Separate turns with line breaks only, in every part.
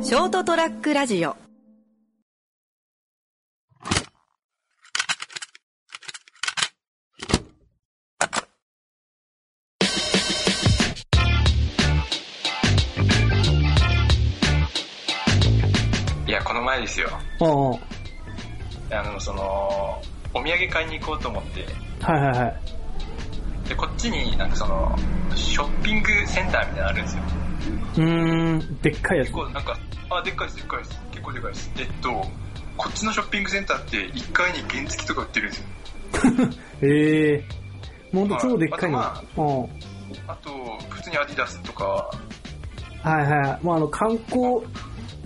ショートトラックラジオ
いやこの前ですよ
おうおう
あのそのお土産買いに行こうと思って
はいはいはい。
でこっちになんかそのショッピングセンターみたいなのあるんですよ
うーん、でっかいやつ
結。構なんかあでっかいですでっかいです結構でかいですえっとこっちのショッピングセンターって1階に原付とか売ってるんですよ
ええー。もうほんと超でっかいの。
あ
うん。はい
あと普通にアディダスとか
はい。もうあの、観光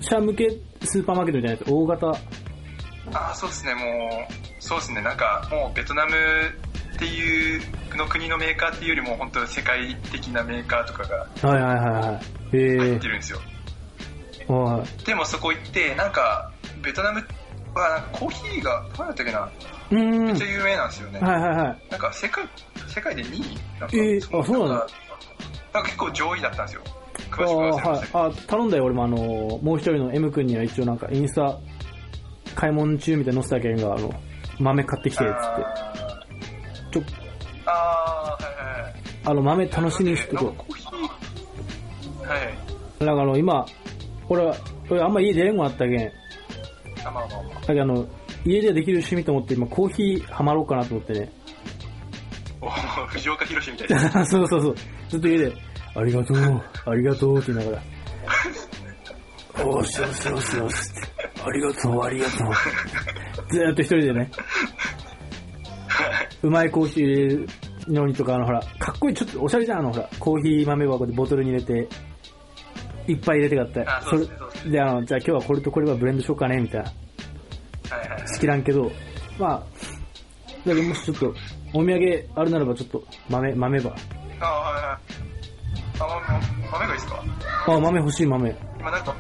者向けスーパーマーケットじゃないです。大型。
ああそうですねもうそうですねなんかもうベトナムっていうの国のメーカーっていうよりも本当世界的なメーカーとかが
はいはいはいはい。え
入っ
え
てるんですよ、
ー。はい。
でもそこ行ってなんかベトナムはなんかコーヒーがどうだったっけな
う
めっち
ー
ゃ有名なんですよね、
ん。はいはいはい。
なんか世界世界で2位なんか、
えーあそうな
な
の
んかなんか結構上位だったんですよ
あ
詳しく
あ
は忘れました
はい
け、ど
あ頼んだよ、俺もあのー、もう一人の M 君には一応なんかインスタ、買い物中みたいに載せたけんが、あの、豆買ってきて、つっ
あ
て。ちょ、
ーあーはいはいはい
あの、豆楽しみにして
なん
こ
かコーヒーはい
なんかあの、今、俺は、俺あんま家出れんごなったけん、
あまあまあまあ
だけどあの、家でできる趣味と思って今コーヒーハマろうかなと思ってね。
おー藤岡弘みたいな
そうそうそう。ずっと家で、ありがとう、ありがとうって言いながら。おーしよしよしよしって。ありがとう、ありがとう。ずーっと一人でね、うまいコーヒー入れるのにとか、あのほら、かっこいい、ちょっとおしゃれじゃん、あのほら、コーヒー豆箱でボトルに入れて、いっぱい入れて買って
あ、
そ
そうで
れ
すねそうです、ね
で、あの、じゃあ今日はこれとこれはブレンドしようかね、みたいな。
はいはいはい
好きなんけど、まあ、だけどもしちょっと、お土産あるならばちょっと、豆、豆ば。
あはいはいあ豆豆がいいですか
あ、豆欲しい豆。
今なんか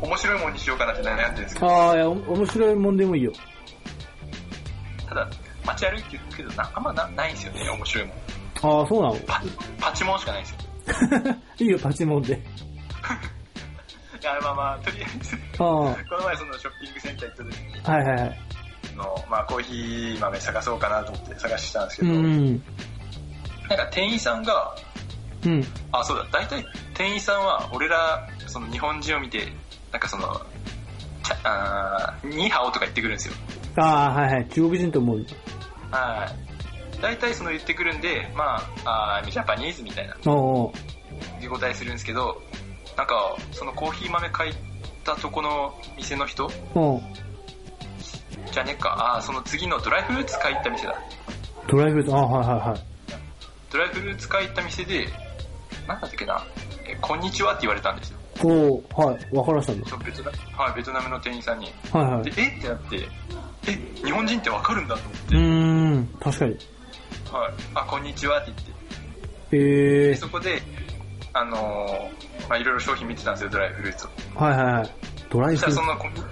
面白いもんにしようかなって悩んでるんですけど
ああ、いや、お面白いもんでもいいよ。
ただ街歩いてるけどなあんまなないんですよね面白いもん
ああ、そうなの
パパチモンしかないんですよ
いいよ、パチモンで。
いやまあまあとりあえず
ああ、は
この前そのショッピングセンター行った時に
いはいはい。
あの、まあ、コーヒー豆探そうかなと思って探してたんですけ
う
ど、なん
ん。
か店員さんが
うん。
あそうだ大体店員さんは俺らその日本人を見てなんかそのちゃあーニーハオとか言ってくるんですよ
ああ、はいはい。中国人と思う。
はい大体その言ってくるんでまああージャパニーズみたいな
おう
自己対するんですけどなんかそのコーヒー豆買ったとこの店の人
おうおう
じゃねえかあーその次のドライフルーツ買い行った店だ
ドライフルーツ、ああ、はいはいはい。
ドライフルーツ買い行った店でなんだったっけなえこんにちはって言われたんですよ
おおはい。わからしたんだ。
そのベトナムはい、ベトナムの店員さんに。
はいはい
で。、えってなって、え、日本人ってわかるんだと思
うーん、確かに。
って、はい、あ、こんにちはって言って、
え
で
え
そこで、あのーまあいろいろ商品見てたんですよ、ドライフルーツを。
はいはいはい。ドライ
そし
フ
た
ル
ら
ー
そんなこんに、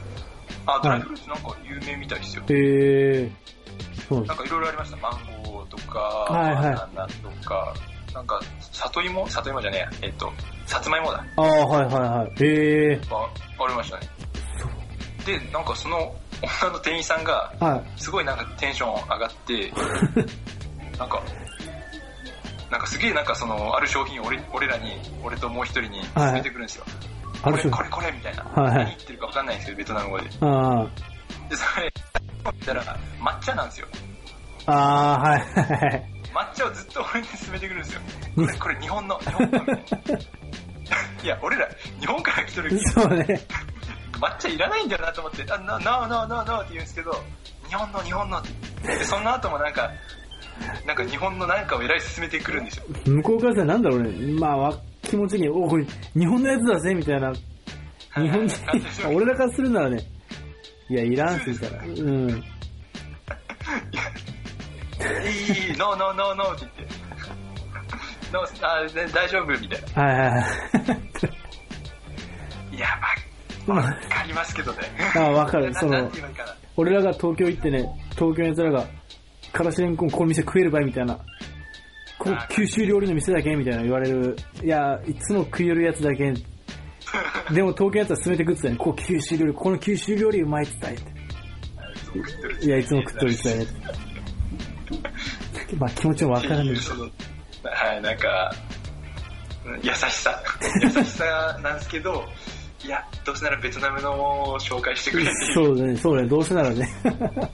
あ、ドライ
は
フ
い
ルーツなんか有名みたいですよ。
ツ。ええそう
な
なん
かいろいろありました。マンゴーとか、
いはい
バナナとか、なんか、里芋里芋じゃねえや、えっと、さつまいもだ。
ああ、はいはいはい。ええ
あ、ありましたね。で、なんかその女の店員さんが、
はい。
すごいなんかテンション上が って、なんか、なんかすげえなんかその、ある商品を俺俺らに、俺ともう一人に
はい
勧めてくるんですよ。
あ
こ
る
れ、
種。
これ、これみたいな。
はい
何言ってるかわかんないんですけど、ベトナム語で。
ああ。
で、そ れ、見たら、抹茶なんですよ。
ああ、はいはいはい。
抹茶をずっと俺に勧めてくるんですよ。これ、これ日本の、日本のみたいな。いや、俺ら、日本から来てる
そうね。
抹茶いらないんだよなと思って、あ、な、な、な、な、なって言うんですけど、日本の、日本のって。で、その後もなんか、なんか日本のなんかを偉い進めてくるんですよ。
向こうからしたらなんだろうね。まあわ、気持ち的に、おこれ、日本のやつだぜ、みたいな。日本人、俺らからするならね、いや、いらんす、みたいな。うん。
いいいいいい、ノーノーノーノーって言って。ノーあね大丈夫みたいな。
はいはいはい。
いや、まあ、わかりますけどね。
ああ、わか る。
な
そ
な
の
んて、言えばいいかな。
俺らが東京行ってね、東京のやつらが、からしれんこんこの店食えるばい、みたいな。ここ九州料理の店だけみたいな言われる。いや、いつも食いよるやつだけ。でも東京やつは進めてくって言ったね、こう九州料理、この九州料理うまいって伝えて。
食っとる
いや、いつも食っとる人や ね。まあ気持ちもわからんけど
そのはい、なんか、うん優しさ。優しさなんですけ ど、いや、どうせならベトナムのを紹介してくれって いう。
そうだね、そうだね、どうせならね。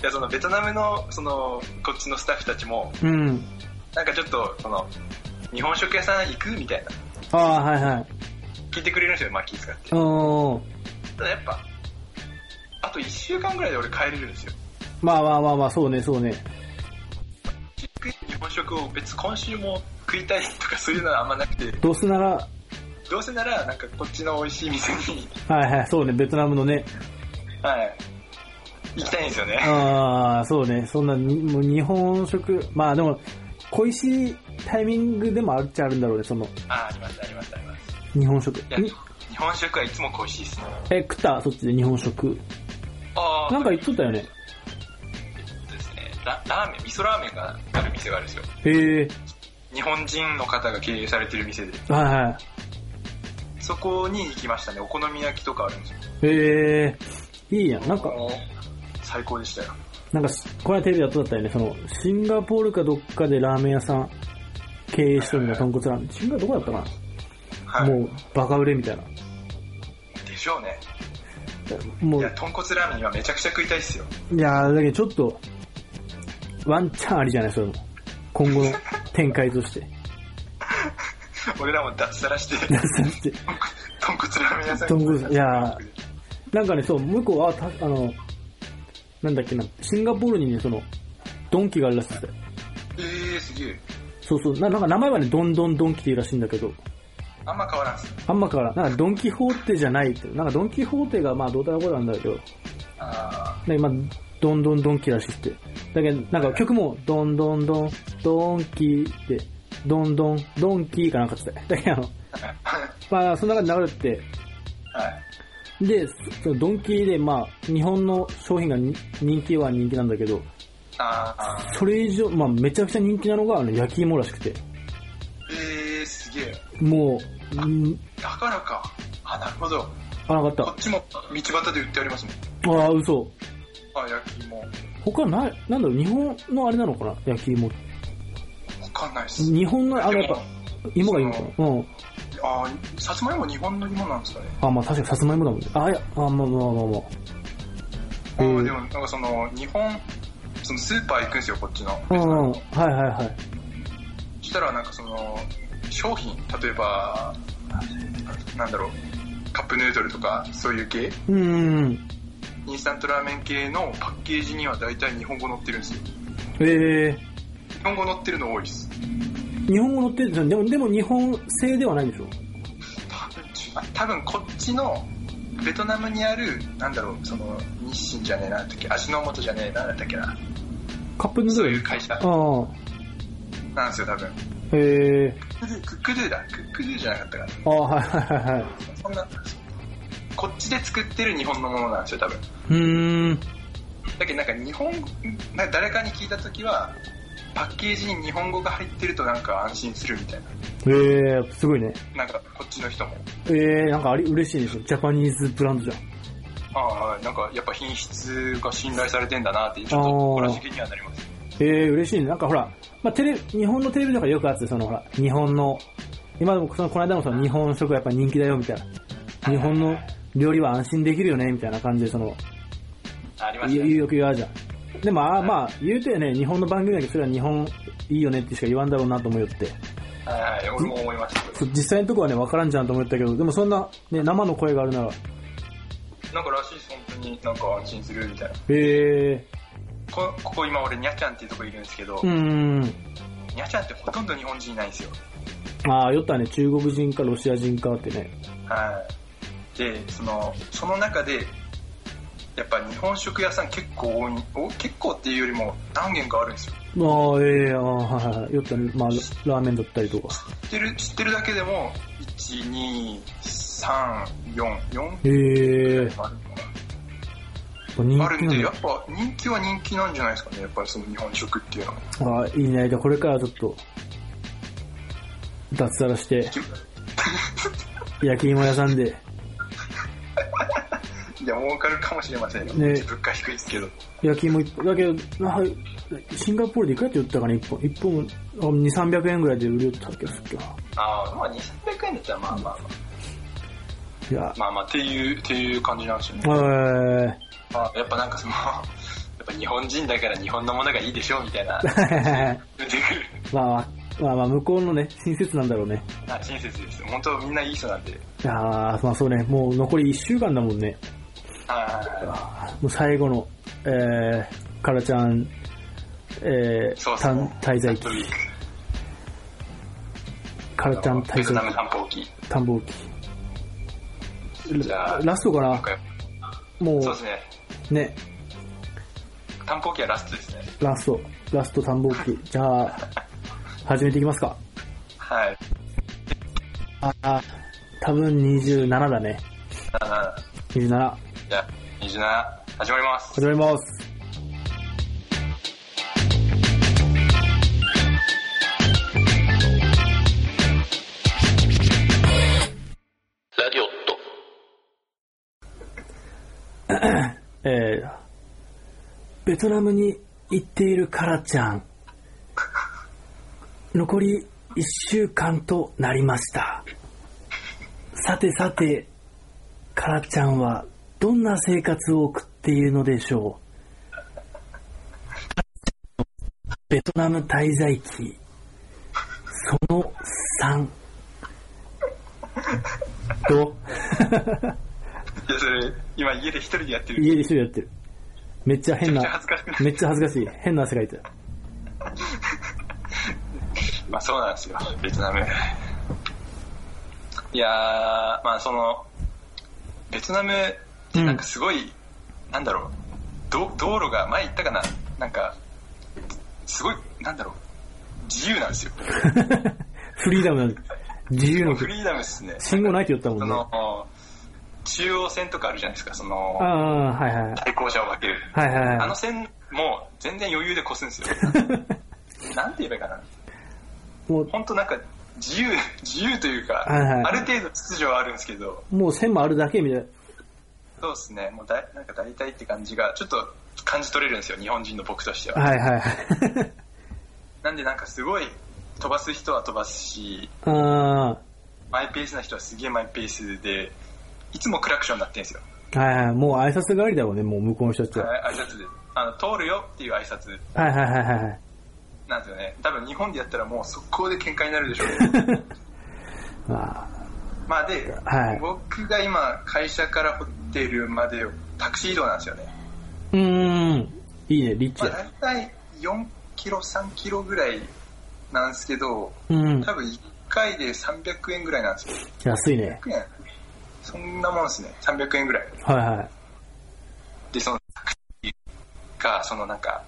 いや、そのベトナムの、その、こっちのスタッフたちも、
うん。
なんかちょっと、その、日本食屋さん行くみたいな。
ああ、はいはい。
聞いてくれるんですよ、マッキー使って。
おー。
ただやっぱ、あと1週間ぐらいで俺帰れるんですよ。
まあまあまあまあ、そうね、そうね。
日本食を別、今週も食いたいとかそういうのはあんまなくて、
どうせなら、
どうせなら、なんかこっちの美味しい店に、
はいはい、そうね、ベトナムのね。
はい、行きたいんですよね。
ああ、そうね、そんな、にもう日本食、まあでも、恋しいタイミングでもあるっちゃあるんだろうね、その、
あ、あります、あります、あります。
日本食。
いや
ん
日本食はいつも恋しいですね。
え、食ったそっちで日本食。
ああ、
なんか言っとったよね。
ですねラ。ラーメン、味噌ラーメンがある店があるんですよ。
へえ、
日本人の方が経営されてる店で。
はいは
そこに行きましたね。お好み焼きとかあるんですよ。
い。へえ、いいやん。なんか、
もう最高でしたよ。
なんかし、この間テレビだとだったよね、その、シンガポールかどっかでラーメン屋さん経営してるんだ、豚骨ラーメン。シンガポールどこだったか
は
な、
い。
もう、バカ売れみたいな。
でしょうね。
も
いうや、、豚骨ラーメン今めちゃくちゃ食いたいっす よ。
いやーだけどちょっと、ワンチャンありじゃない、それも。今後の展開として。
俺らも脱サラして、豚骨ラーメン屋さん
豚骨いやーなんかね、そう、もう一個、あ、たあの、なんだっけな、シンガポールにね、その、ドンキがあるらしいんだよ。
えー、すげえ。
そうそう、ななんか名前はね、ドンドンドンキっていうらしいんだけど、
あんま変わらんっす。
あんまから、なんかドンキホーテじゃないって、なんかドンキホーテがまあどうだろうことなんだけど、
あ
で、今、どんどんどんきらしいって。だけど、なんか曲も、どんどんどん、どんきって、どんどん、どんきかなんかって言ってた。だけど、あの、
ー
まあ、その中で流れて
はい。
て、で、そのドンキで、まあ、日本の商品がに人気は人気なんだけど、
ああ
それ以上、まあ、めちゃくちゃ人気なのが、あの、焼き芋らしくて。
えー、すげえ。
もう、ん
だからか。あ、なるほど。
あ、なかっ
こっちも道端で売ってありますもん。
た。ああ、嘘。
あ、焼き芋。わ
他ない、なんだろう、日本のあれなのかな焼き芋。
かんないっす。
日本の、あの、やっぱ、芋がいいのかなうん。
あーさつまいも日本の芋なんですかね。
あ、まあ確かにさつまいもだもんね。あ、いや、あ、まあまあまあまあ。
あ
う
ー
ん
でもなんかその、日本、そのスーパー行くんですよ、こっちの。
うんうん。はいはいはい。
そしたらなんかその、商品、例えば、なんだろう、カップヌードルとか、そういう系、
うんうんうん。
インスタントラーメン系のパッケージには大体日本語載ってるんですよ。
ええ
日本語載ってるの多いです。
日本語載ってるじゃん。でも、でも日本製ではないでしょ。
あ多分こっちのベトナムにあるなんだろうその日清じゃねえななんだっけ味の素じゃねえななんだっけな
カップヌード
そう
ル
いう会社
ああ。
なんですよ多分
ええ
クックドゥだクックドゥじゃなかったか
ああ、はいはいはいはい。
なそんなこっちで作ってる日本のものなんですよ多分
うーん。
だけどなんか日本なんか誰かに聞いた時はパッケージに日本語が入ってるとなんか安心するみたいな
ええすごいね。
なんかこっちの人も
ええなんかあり、嬉しいでしょ。ジャパニーズブランドじゃん。
ああなんかやっぱ品質が信頼されてんだなってちょっと誇らしげにはなります
ええ嬉しいね。なんかほら、まあ、テレ、日本のテレビとかよくあって、そのほら、日本の、今でも、その、この間もその、日本食がやっぱ人気だよ、みたいな。日本の料理は安心できるよね、みたいな感じで、その、
ありま
い
す
や
ね
よく言わんじゃん。でも、あーまあ、言うてね、日本の番組だけど、それは日本いいよねってしか言わんだろうなと思うよって。
はいはい俺も思いました
そう実際のとこはね、わからんじゃんと思ったけど、でもそんな、ね、生の声があるなら、
なんからしいです、本当になんか安心するみたいな。
え
こここ今俺、にゃちゃんっていうとこいるんですけど、
ー、うーん。
にゃちゃんってほとんど日本人いないんですよ。
ああ、よったね、中国人かロシア人かってね。
はい。で、その、その中で、やっぱ日本食屋さん結構多い、お結構っていうよりも何軒かあるんですよ。
ああ、ええああ、はいはいはい。よったね、まあ、ラーメンだったりとか。
知ってる、知ってるだけでも、1、2、3、4、4
ええ
ある
人気
あるん
な
で、
ん
や
だ
っ。ぱ人気は人気なんじゃないですかね、やっぱりその日本食っていうのは。
ああ、いいね。じゃあこれからちょっと、脱サラして、焼き芋屋さんで。
いや、儲かるかもしれませんよ。
ね
うち物価低いですけど。
焼き芋一本、だけど、なんかシンガポールでいくらって言ったかね、一本、一本、2、300円ぐらいで売りよったっけすっけな。
ああ、まあ2、300円だったらまあまあまあ。
いや、
まあまあ、っていう、っていう感じなんですよね。
え
まあ、やっぱなんかその、 やっぱ日本人だから日本のものがいいでしょうみたいな。
ー、
出てくる。
まあまあ、まあまあ、向こうのね、親切なんだろうね。
あ、親切です。本当みんないい人なんで。
いやーまあそうね、もう残り1週間だもんね。
はいはい
もう最後の、えー、カラちゃん、え
そうそ
ー、
う
たん滞在
ト
期、
リッ
カラちゃん
ク。ベト
滞
ナ
在
ム散歩期。
期、探訪期。
じゃあ
ララストか
な
なん
か
も
そうですね。
う、ね、
散歩期はラストですね。
ラスト、ラスト探訪 期。じゃあ、始めていきますか。
はい。
ああ、多分27だね。
だな
27。
じゃあ、27、始まります。
始まります。
ラディオット。
えー、ベトナムに行っているカラちゃ ん。残り1週間となりました。さてさて、カラちゃんはどんな生活を送っているのでしょうベトナム滞在期、その3。と、
いや、それ、今家で一人でやってる。
家で一人やってる。めっちゃ変
め
な
っちゃ恥ずかしくな、い
めっちゃ恥ずかしい。変な汗かいてる。
まあそうなんですよ、ベトナム。いやー、まあその、ベトナムってなんかすごい、なんだろう、ど道路が、前言ったかな、なんか、すごい、なんだろう、自由なんですよ。
フリーダムなんで自由の
フリーダムですね。
信号ないって言ったも
そ
んね。
の、中央線とかあるじゃないですか、その
あ、あ、はいはい。
対向車を分ける。
はいは
あ
い
の
は
線も全然余裕で越すん ですよ。なんて言えばいいかな。
い。もう、
本当なんか自由、 自由というか、
はいはい
ある程度秩序はあるんですけど、
もう線もあるだけみたいな。
そうですね、もうだいなんか大体って感じが、ちょっと感じ取れるんですよ、日本人の僕としては。
はいはいはい。
なんでなんかすごい、飛ばす人は飛ばすし、
あ
マイペースな人はすげえマイペースで、いつもクラクション鳴ってんですよ。
あ、はいはい。もう挨拶代わりだもんね、もう向こうの人たちは。
あ挨拶で。あの、通るよっていう挨拶
はいはいはいはいはい。
なんですよね。多分日本でやったらもう速攻で喧嘩になるでし ょうね。
ま
まあで、
あ、はい。
僕が今、会社からホテルまでタクシー移動なんですよね。
うーん。いいね、リッチ
まあ、
だ。
大体4キロ、3キロぐらいなんですけど、
うん。
多分1回で300円ぐらいなんですよ。
安いね。
300円そんなもんですね。300円ぐらい。
はいはい。
で、そのタクシーが、そのなんか、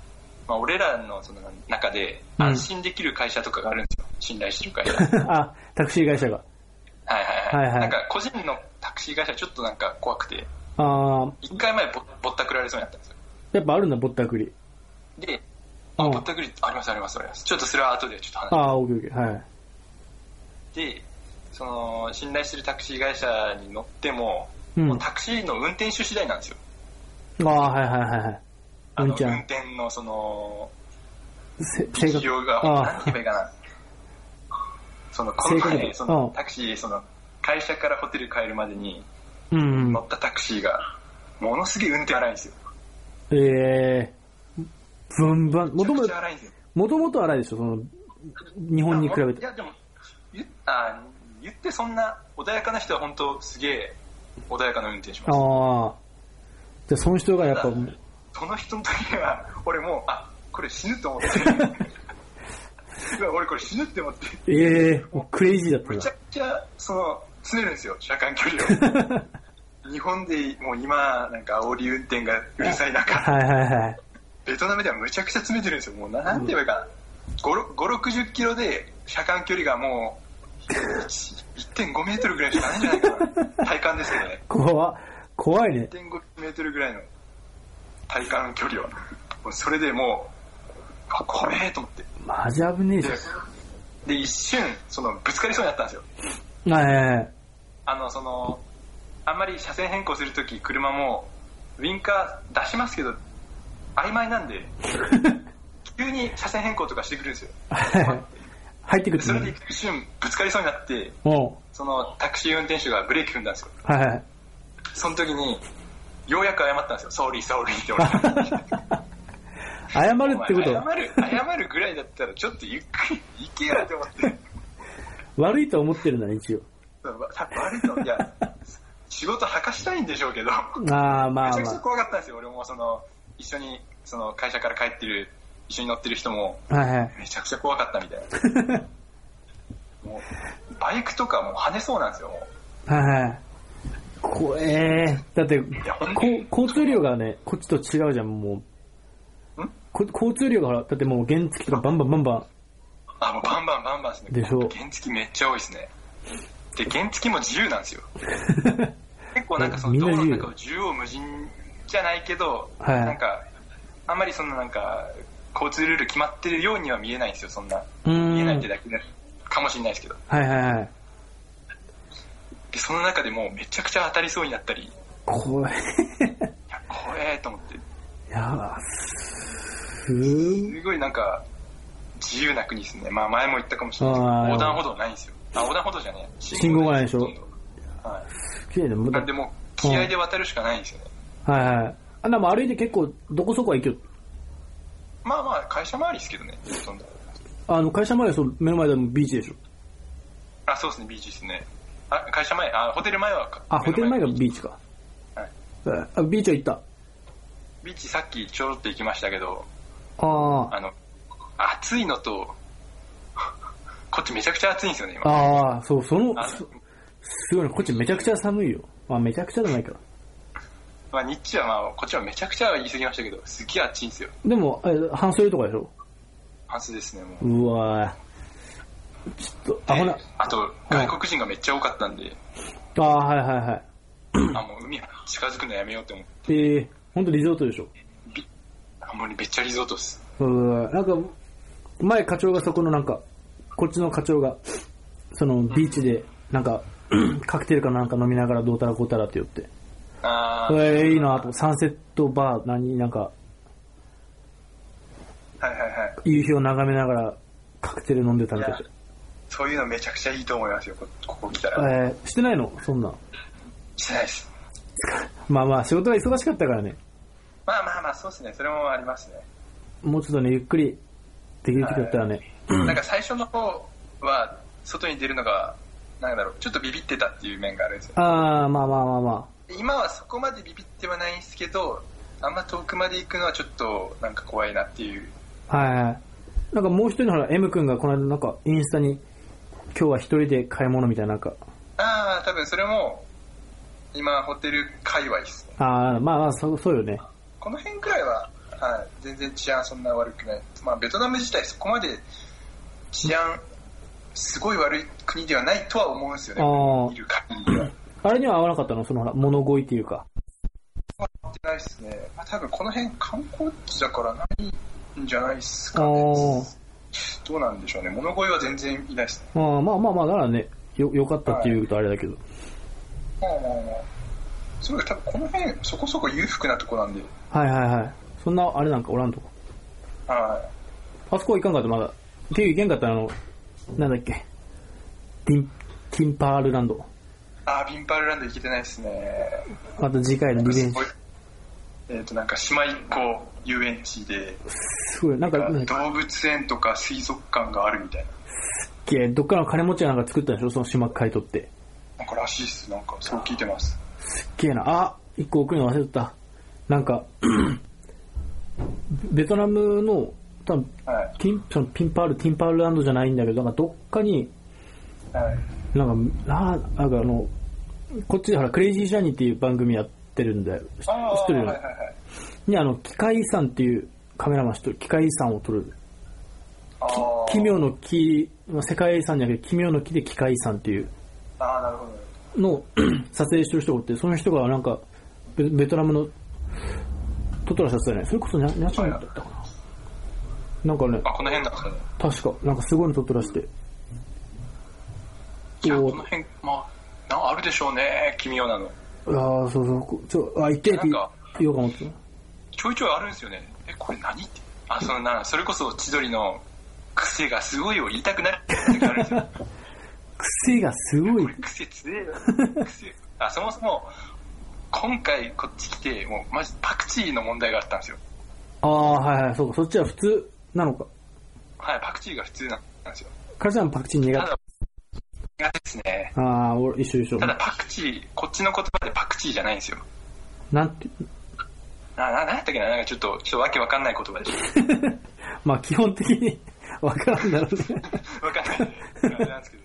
まあ、俺らのその中で
うん
安心できる会社とかがあるんですよ。信頼してる 会社。はい
あ、タクシー会社が。
はいはい。
はいはい
なんか個人のタクシー会社ちょっとなんか怖くて、
ああ、
1回前ぼぼったくられそうになったんですよ。
やっぱあるんだ、ぼったくり。
で、
う
あ
ん
ぼったくり、ありますありますあります。ちょっとそれは後でちょっと話し
ああ、オッケーオッケー。はい。
でその信頼してるタクシー会社に乗っても,、
うん
もうタクシーの運転手次第なんですよ
ああ、はいはいはいはい。
あ
う
の
んちゃ
運
ん。
転のその
せ性
企
格。
業が
あ
何て言えばいいかな そのこの
性格
前
で
その
あ
タクシーその会社からホテル帰るまでに
うんうん
乗。ったタクシーがものすげえ運転荒いんですよ
えー、ブンブン。
め
も
ち
と
ゃ
も
くち
と
ゃ、荒いんですよ
もともと荒いでしょ、その、日本に比べ
い
て。
やでも言あ言ってそんな穏やかな人は本当すげえ穏やかな運転します
ああ。じゃあ、その人がやっぱ、
その人の時には、俺もう、あ、これ死ぬと思って。うわ俺これ死ぬって思って、
ええー、もうクレイジーだ
め
っ
ち
た
ゃくちゃ、その、詰めるんですよ、車間距離を。日本でもう今、なんか煽り運転がうるさい中、
な。はいはいはい。
ベトナムではむちゃくちゃ詰めてるんですよ。もうな、なんて言えばいいかな。5、60キロで車間距離がもう、1.5メートルぐらいしかないんじゃないかな。体感ですけどね。
怖怖いね。
1.5メートルぐらいの体感距離は。もうそれでもう、あ、怖えと思って。
マジ危ねえじ
で、で一瞬、その、ぶつかりそうになったんですよ。
ゃん。はいはいはい。
あの、その、あんまり車線変更するとき、車も、ウィンカー出しますけど、曖昧なん で、急に車線変更とかしてくるんですよ。
入ってくる
それで
ね。
一瞬ぶつかりそうになって、
お
そのタクシー運転手がブレーキ踏んだんですよ。
うはいはい。
その時に、ようやく謝ったんですよ。ソーリー、ソーリーって俺。
謝るってこ
お
と、
前謝る、謝るぐらいだったら、ちょっとゆっくり 行けよって思って。
悪いと思ってるんだね、一応。
た悪いと、いや、仕事はかしたいんでしょうけど、
ああ、ま
めちゃ
あ
く
ま
ちゃ怖かったんですよ。俺もその、一緒に、その会社から帰ってる、一緒に乗ってる人も、
あ。はいはい。
めちゃくちゃ怖かったみたいな。 もう、バイクとかもう跳ねそうなんですよ、も
はいはい。こええだって
やほんと
こう、交通量がね、こっちと違うじゃん、もう。
ん
こ交通量がほら、だってもう原付とかバンバンバンバ
う。あ、もうバンバンバンバンですね。
でしょ
原付めっちゃ多いですね。で、原付も自由なん ですよ。結構なんかそ
み
の
ん
道
な
路
自由
の中を縦横無尽じゃないけど、
はい
なんか、あんまりそのなんか、交通ルール決まってるようには見えないんですよ、そんな。
ン。うーん。
見えないってだけでかもしれないですけど。
はいはいはい。
で、その中でもうめちゃくちゃ当たりそうになったり、い
怖い。
や、怖えと思って、
いやーす
すごいなんか、自由な国ですね。まあ前も言ったかもしれない
あー
ですけど、横断歩道ないんですよ。あ、横断歩道じゃねえ。
信号がないでしょ
ほとんどは
綺麗だも
い。
ん。だ
なんでもう、気合で渡るしかないんですよね。
はいはい。あ、でも歩いて結構、どこそこは行けよ。
まあまあ、会社周りですけどね、ほとんど。
あの、会社までそう目の前でもビーチでしょ。
あ、そうですね、ビーチですね。あ、会社前、あ、ホテル前はか。
あ、ホテル前がビーチか。
はい
あ、ビーチは行った。
ビーチさっきちょろっと行きましたけど、
ああ。
あの、暑いのと、こっちめちゃくちゃ暑いんですよね、今。
ああ、そう、その、
あ
すすごいね。こっちめちゃくちゃ寒いよ。まあ、めちゃくちゃじゃないから。
まあ、日中はまあ、こっちはめちゃくちゃは言い過ぎましたけど、すっげえ暑いんですよ。
でも、え半袖とかでしょ
半数ですね、もう。
うわーちょっと、あ、ほな
で、あと、外国人がめっちゃ多かったんで、
ああ、はいはいはい。
あ、もう海近づくのやめようって思って、
えー、ほんとリゾートでしょ。
びあもうめっちゃリゾートっす。
うーなんか、前課長がそこのなんか、こっちの課長が、そのビーチで、なんか、カクテルかなんか飲みながらどうたらこうたらって言って。
あ
え
ー、
ー、いいなと、サンセットバー、何、なんか、
はいはいはい。
夕日を眺めながらカクテル飲んでた
い
みたい
やそういうのめちゃくちゃいいと思いますよ、こここ来たら。
な。えー、してないのそんなん。
してないです。
まあまあ、仕事が忙しかったからね。
まあまあまあ、そうですね。それもありますね。
もうちょっとね、ゆっくりできる時だったらね。
なんか最初の方は、外に出るのが、なんだろう、ちょっとビビってたっていう面があるんですよ。
ああ、まあまあまあま
今はそこまでビビってはないんですけど、あんま遠くまで行くのはちょっとなんか怖いなっていう。
あ。はいはい。なんかもう一人のほら、M 君がこの間なんかインスタに、今日は一人で買い物みたいななんか、
ああ、多分それも、今ホテル界隈ですね。
ああ、まあまあ、そう、そうよね。
この辺くらいは、はい、全然治安そんな悪くない。まあベトナム自体そこまで治安、すごい悪い国ではないとは思うんですよ
あ
ね。
ー
いる限りは。
あれには合わなかったのそのほら、物乞いっていうか。
やってないですね。まあ、多分この辺観光地だからないんじゃないです
あ
か
あ
ね。
ー、
どうなんでしょうね。物乞いは全然いないですね。
まあまあまあまあ、ならね、よ、よかったっていうとあれだけど。
まあまあまあ。そうだ、多分この辺そこそこ裕福なとこなんで。
はいはいはい。そんな、あれなんかおらんとこ。
は
あそこは行かんかった、まだ。っていう行けんかったらあの、なんだっけ。ティン、ティンパールランド。
い。ああ、ビンパルランド行けてないですね。
また次回のリベ
す
ンジ
ごい。えっ、と、なんか島一個遊園地で、
すごい、なんか、なんだっ
動物園とか水族館があるみたいな。
け、どっからの金持ちがなんか作ったんでしょその島買い取って。
なんからしいっす。なんか、そう聞いてます。
すっげえな。あ、一個送るの忘れてた。なんか、 ベトナムの、多分
はい。
ティン、そのピンパール、ティンパールランドじゃないんだけど、なんかどっかに、
はい。
なんか、ななんかあの、こっちでほら、クレイジージャーニーっていう番組やってるんだよ。知
あ
知
あ
っ
ー、
て
は
る
い
よ
はい
ね
は。い。
に、あの、機械遺産っていうカメラマン知ってる。機械遺産を撮る。
あー
奇妙の木、まあ世界遺産じゃなくて奇妙の木で機械遺産っていう
あー、なるほど。
のを 撮影してる人がおって、その人がなんか、ベベトナムの、トトラ撮影ね。それこそニャニャチャンだったかな。なんかね、
あ、この辺なんですかね。
確か、なんかすごいの撮ってらして。
いや、
お
この辺、まあ、なあるでしょうね奇妙なの
ああ、そうそう。ちょ、あ、行ってって
なんか
言おうか思ってた。
ちょいちょいあるんですよねえこれ何ってあそのなそれこそ千鳥の癖がすごいを言いたくなる時あるんですよ
癖がすごい
これ。癖つえよ癖あそもそも今回こっち来てもうマジパクチーの問題があったんですよ
ああ、はいはい、そうか。そっちは普通なのか。
はいパクチーが普通なんですよ
カちゃんパクチー
た
苦
だ苦手ですね
手。ああ、俺一緒一緒
た。だパクチーこっちの言葉でパクチーじゃないんですよ
なんて、
なななんやったっけななんかちょっとちょっとわけわかんない言葉で
まあ基本的に わからんだろうね。
わかんない。あれなんですけど。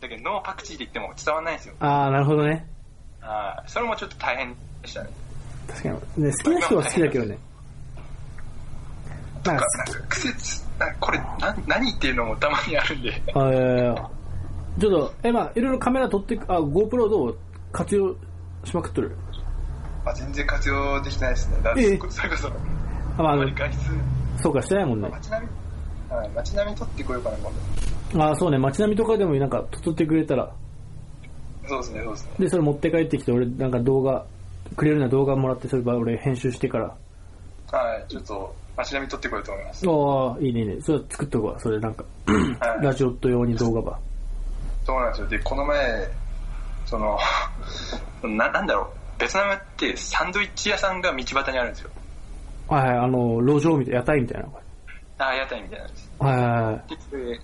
だけど、ノーパクチーで言っても伝わんないんですよ。
ああ、なるほどね。
あーそれもちょっと大変でしたね。
確かに。ね、好きな人は好きだけどね。なん
なん
か
か、なんか癖つ、なんかこれ、なん何言っていうのもたまにあるんで。
あえーちょっと、え、まあいろいろカメラ撮って、あ、GoPro どう活用しまくっとる。
あ全然活用できてないですね。だ
ええ
そそれこそ、
あ、まあ
あ
あ
んま
の
り、外出、
そうかしてないもんね。
街並み、はい、街並み撮ってこようかな、今度。
ああ、そうね。街並みとかでもなんか撮ってくれたら。
そうですね、そうですね。
で、それ持って帰ってきて、俺なんか動画、くれるような動画もらって、それば俺編集してから。
はい、ちょっと、街並み撮ってこようと思います。
ああ、いいねいいね。それ作っとくわ。それ なんか、
はい
ラジオット用に動画ば。
そうなんですよ。で、この前、その、 な、なんだろう。ベトナムってサンドイッチ屋さんが道端にあるんですよ。
はいはい、あの、路上みたいな、屋台みたいな。
あー屋台みたいなんです。
はいはいはい。
で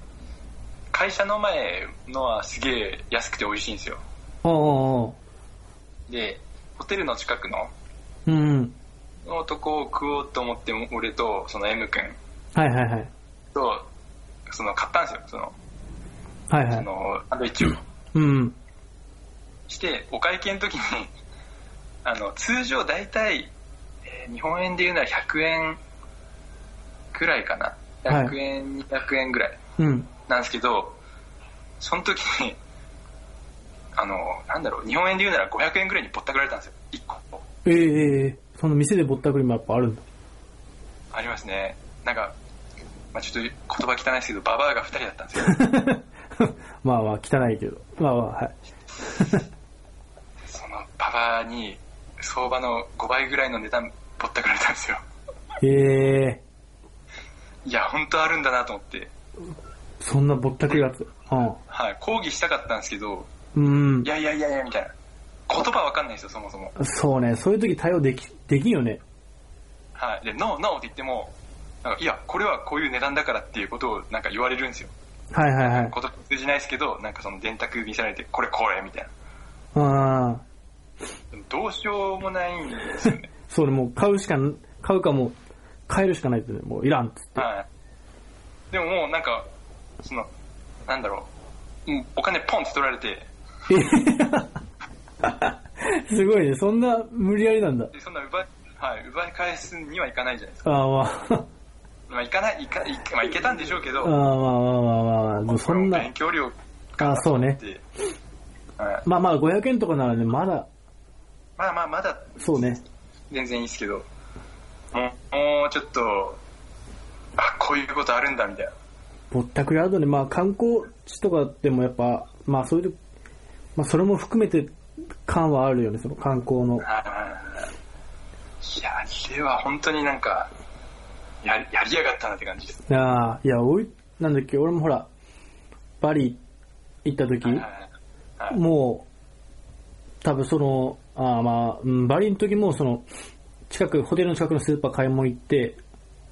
会社の前のはすげえ安くて美味しいんですよ
ああ、
でホテルの近くの
うん。
のとこを食おうと思って俺とその M 君
はいはいはい。
とその買ったんですよその
はいは
そ
い。
のサンドイッチを
うん。
してお会計の時に あの通常大体、えー日本円で言うなら100円くらいかな
はい
100円、200円ぐらい
うん。
なんですけどその時に あのなんだろう日本円で言うなら500円ぐらいにぼったくられたんですよ1個
ええええその店でぼったくりもやっぱあるんだ。
ありますねなんか、まあ、ちょっと言葉汚いですけどババアが2人だったんですよ
まあまあ、汚いけど。まあまあ、はい。
そのババアに相場の5倍ぐらいの値段ぼったくられたんですよ
ええ
いや本当あるんだなと思って、
そんなぼったくりやつ。
はい、抗議したかったんですけど
うん。うん
い。やいやいやいやみたいな言葉わかんないですよそもそも
そうね、そういう時対応でき、できんよね。
はいで「ノーノー」って言ってもなんかいやこれはこういう値段だからっていうことをなんか言われるんですよ
はいはいはい。
言葉通じないですけど、なんかその電卓見せられて、これこれみたいな。
ああ、
でもどうしようもないんですよね。
そうね、もう買うしかん、買うかもう、買えるしかないってね、もういらんっつって。
はい。でももうなんか、その、なんだろう、うんお金ポンって取られて、
すごいね、そんな無理やりなんだ。
でそんな奪い、はい、奪い返すにはいかないじゃないですか。
ああまあ、
まあ、いかない、いか、いまあ、いけたんでしょうけ
あ
ど、
あまあまあまあまあまあ、でもそ
こ
ん
れも
な
勉、強量
ああそうね。
で、はい。
まあまあ500円とかならね、まだ、
まあまあ、まだ
そうね。
全然いいですけど、もう、もうちょっと、あ、こういうことあるんだ、みたいな。
ぼったくりあるとね、まあ観光地とかでもやっぱ、まあそういう、まあそれも含めて感はあるよね、その観光の。
はいいや、あれは本当になんか、やりやりやがったなって感じです。
ああ、いや、おい、なんだっけ、俺もほら、バリ行った時、
はい
もう、多分その、あーまあ、うんバリの時もその、近く、ホテルの近くのスーパー買い物行って、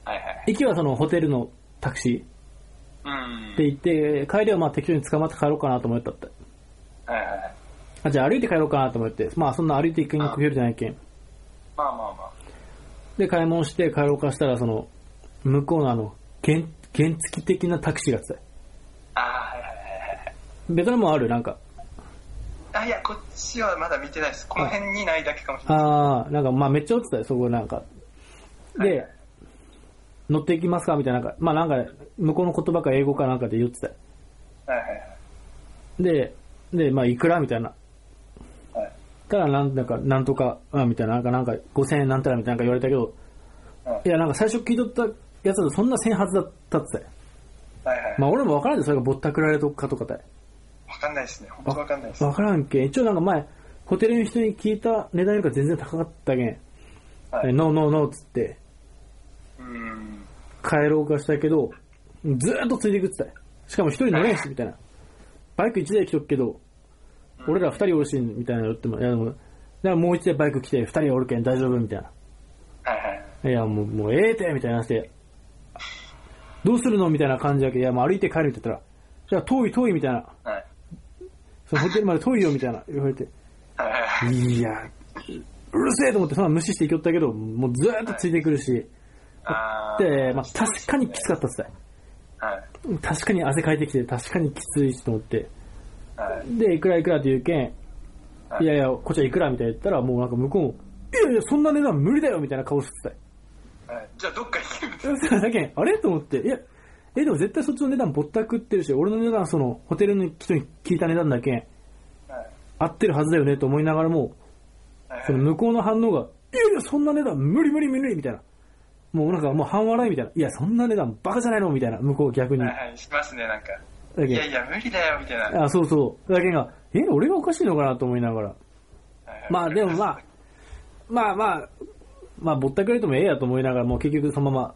はいはい。
行きはそのホテルのタクシ
うん
ーで。行って、帰りはまあ適当に捕まって帰ろうかなと思ったって。
はいはい。
あ、じゃあ歩いて帰ろうかなと思って、まあそんな歩いて行く距離じゃないけん。
まあまあま
で、買い物して帰ろうかしたら、その、向こうのあの、原、原付的なタクシーが来た。
あ。あーはいはいはいはい。
ベトナムもあるなんか、
あ、いや、こっちはまだ見てないです。この辺にないだけかもしれない。
ああ、なんか、まあめっちゃ落ちてたよ、そこなんか。
はいは
で
い、
乗っていきますかみたいな、なんか、まあなんか、向こうの言葉か英語かなんかで言ってたよ。
はいはい
で、で、まあいくらみたいな。
はい。はい
たらなん、なんか、なんとか、あみたいな、なんか、なんか、5000円なんたらみたいななんか言われたけど、
はい
や、なんか最初聞いとったやつだとそんな1000発だったって言ってたよ。
はいはい。
まあ俺もわからんで、それがぼったくられとくかとかだよ。
わかんないですね。本当わかんないです。
わからんけん。一応なんか前、ホテルの人に聞いた値段よりか全然高かったけん。
はい
ノーノーノーっつって、
うん。
帰ろうかしたけど、ずーっとついていくっつったよしかも一人乗れんし、みたいな。バイク一台来とくけど、俺ら二人おるし、みたいなの言っても、いやでも、だからもう一台バイク来て、二人おるけん大丈夫みたいな。
はいはい。
いや、もう、もうええてみたいな話で、どうするのみたいな感じだけど、いや、もう歩いて帰るって言ったら、じゃあ遠い遠いみたいな、
はい。
そのホテルまで遠いよみたいな、言われて、
はいはいはい。
いや、うるせえと思って、そんな無視していきよったけど、もうずーっとついてくるし、
あ
で、まあ確かにきつかったっすね。
あ。はい。
確かに汗かいてきて、確かにきついしと思って。
はい。
で、いくらいくらって言うけん、
はい
いやいや、こっちはいくらみたいな言ったら、もうなんか向こうも、いやいや、そんな値段無理だよみたいな顔してたよ。
はい、じゃあ、どっか行けるんです
それだけん、あれと思って、いや、え、でも絶対そっちの値段ぼったくってるし、俺の値段、その、ホテルの人に聞いた値段だけん、
はい。
合ってるはずだよねと思いながらも、
はいはい
その向こうの反応が、いやいや、そんな値段無理無理無理みたいな。もうなんかもう半笑いみたいな。いや、そんな値段バカじゃないのみたいな。向こう逆に。だ
はいはい、しますね、なんか。
け
いや
ん
いや、無理だよ、みたいな。はい
あ、そうそう。だけんが、え、俺がおかしいのかなと思いながら。
はい
まあでもまあ、まあまあ、まあぼったくれてもええやと思いながら、もう結局そのまま、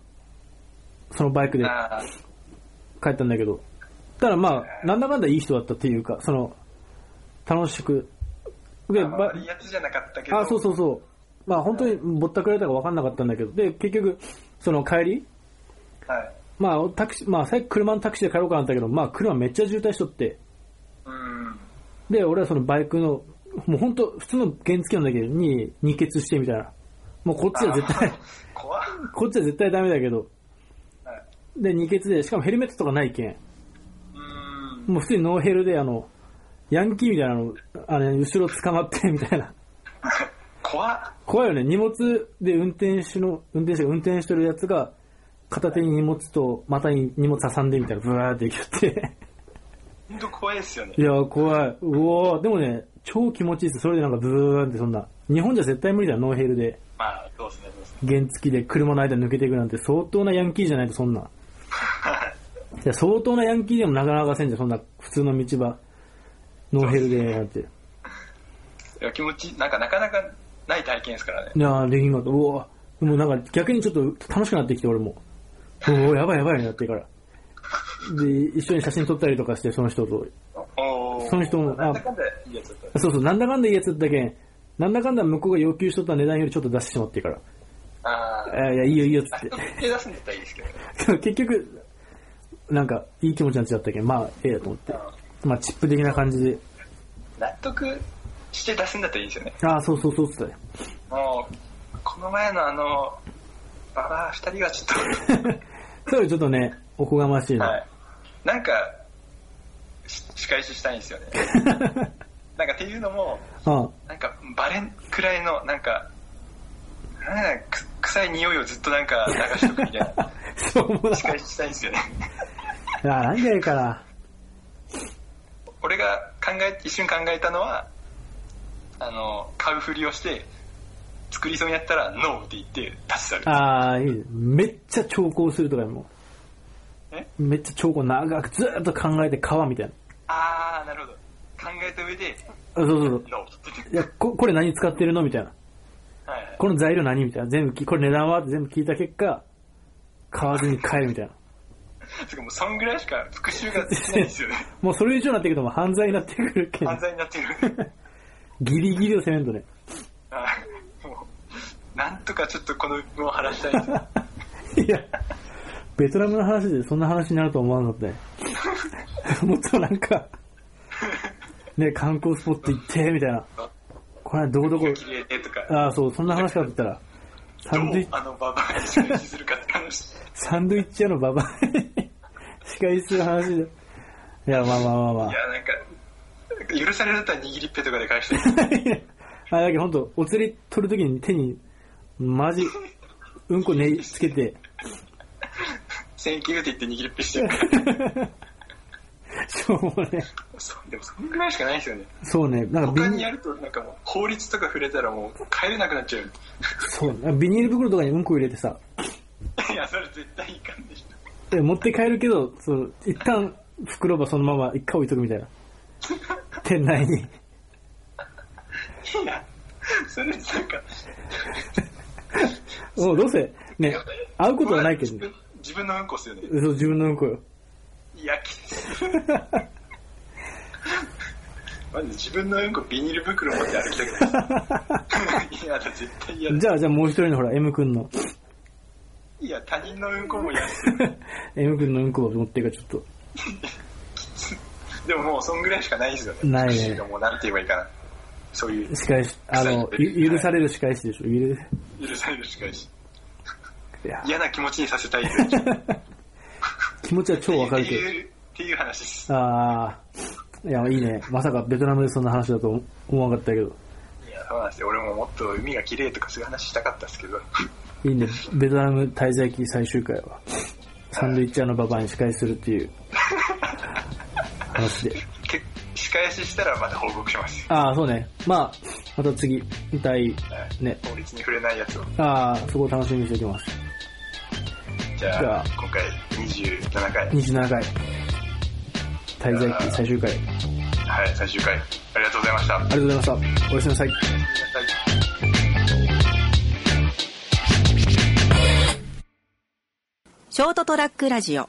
そのバイクで
あ
帰ったんだけど、ただまあ、なんだかんだいい人だったっていうか、その、楽しく、で、
ーまあ
ば
悪いやつじゃなかったけど。
あ、そうそうそう、まあ本当にぼったくられたか分かんなかったんだけど、で、結局、その帰り、
はい。
まあタクシー、まあ最悪車のタクシーで帰ろうかなと思ったけど、まあ車めっちゃ渋滞しとって、
うん。
で、俺はそのバイクの、もう本当普通の原付なんだけど、に二欠してみたいな。もうこっちは絶対
あ、ー。怖っ。
こっちは絶対ダメだけど、
はい。
で、二欠で、しかもヘルメットとかないけん、
うん。
もう普通にノーヘルで、あの、ヤンキーみたいなの、あれ、後ろ捕まって、み たいな。
怖っ。
怖いよね。荷物で運転手の、運転手が運転してるやつが、片手に荷物と、股に荷物挟んで、みたいな、ブワーって行きよって。
ほんと怖いですよね
い。やー、怖い。うおーでもね、超気持ちいいです。それでなんかブーンってそんな。日本じゃ絶対無理だよ、ノーヘルで。
まあ、どうですね、どうですね。
原付で車の間抜けていくなんて相当なヤンキーじゃないとそんな。
はい
いや、相当なヤンキーでもなかなかせんじゃん、そんな普通の道場。ノーヘルでなんて。い
いや、気持ち、なんか、なかなかない体験ですからね。
やーできんかった。うおーもうなんか逆にちょっと楽しくなってきて、俺も。おおやばいやばいなってから。で、一緒に写真撮ったりとかして、その人と。
おー
その人もあ
なんだかんだいいやつだった。
そうそう、なんだかんだいいやつだけん、なんだかんだ向こうが要求しとった値段よりちょっと出してしまってから。
あー
あーいや、いいよいいよっつ
あ
っ
そ
て
こ。 手出すんだったらいいですけどね。
でも 結局、なんか、いい気持ちになっちゃったけん、まあ、ええやと思って。まあ、チップ的な感じで。
納得して出すんだったらいいですよね。
ああ、そうそうそうっつったね。
もう、この前のあの、ババア二人はちょっ
それちょっとね、おこがましい
と、
な。
はい。なんか、し仕返ししたいんですよね。なんかっていうのも、
ああ
なんかバレんくらいの、なんか、なんだく臭い匂いをずっとなんか流しとくみた いな。
そう思うな。
仕返ししたいんですよね。
ああ、なんじゃいいかな。
俺が考え、一瞬考えたのは、あの、買うふりをして、作りそうになったら、ノーって言って立ち去る。
ああ、いいね。めっちゃ調光するとかよも
え
う。めっちゃ調光長くずーっと考えて川みたいな。
あー、なるほど。考えた上で、
あそうそうそう。
ノーって言っ
い
て。
や、ここれ何使ってるのみたいな。
はいはい。
この材料何みたいな。全部き、これ値段はって全部聞いた結果、買わずに帰るみたいな。
つうかもうそんぐらいしか復讐ができないんですよね。
もうそれ以上になってくるともう犯罪になってくるけん。
犯罪になってる。
ギリギリを攻めんとね。
はいもう、なんとかちょっとこの分を晴らしたいですね。
いや、ベトナムの話でそんな話になるとは思わなかったね。もっとなんか、ね、観光スポット行って、みたいな。これはどこどこ
こ、綺麗でとか、
ああ、そう、そんな話かと思ったら、サ
ど
ンドイ
う
ッ
あのババアに仕返しするかって話。
サンドイッチ屋のババアに 仕返しする話で。いや、まあまあまあま
いや、なんか、許されるんだったら握りっぺとかで返してる。
あ。あだけど本当お釣り取るときに手に、マジ、うんこね、つけて、
1000円切るって言って握りっぺしてるから。
しょうもね。
そうでもそんぐらいしかないですよね。
そうね、なんか
他
ビ
に
ニ
やるとなんかもう法律とか触れたらもう帰れなくなっちゃう。
そうなんかビニール袋とかにうんこ入れてさ、
いや、それ絶対いかんでしょ。
で持って帰るけど、その一旦袋ばそのまま一回置いとくみたいな。店内に。
いや、それなんか、
もうどうせ、ね、会うことはないけど
自
ね。
分自分のうんこっすよね。
そう、自分のうんこよ。
いや、き つい。マジで自分のうんこビニール袋持って歩きたくない。 いやだ、絶対嫌だ。
じゃあ、じゃあもう一人のほら、M 君の、
いや、他人のうんこも嫌です。
M 君のうんこを持っていくからちょっ
でももうそんぐらいしかないですよね。
ない
タ
ね
クシーがもうなんて言えばいいかな。そういう
と、、仕返し、あの、ゆ許される仕返しでしょ。許
許されるしかないし。
いや、
嫌な気持ちにさせたい っていう。
気持ちは超わかるけど
っ。ていう、っていう話です。
ああ、いや、いいね。まさかベトナムでそんな話だと思わなかったけど。
いや、そうなんですよ。俺ももっと海が綺麗とかそういう話したかったですけど。
いいね。ベトナム滞在期最終回は、サンドイッチャーのババアに仕返しするっていう話で。
け仕返ししたらまた報告しますよ。
ああ、そうね。まあ、また次、第、
はい
ね。
法律に触れないやつを。
ああ、そこを楽しみにしておきます。
じゃあ、
じゃあ
今回27回、
27回、滞在期最終回。あり
はい、最終回、ありがとうございました。
がとうございました。おやすみなさい。
ショートトラックラジオ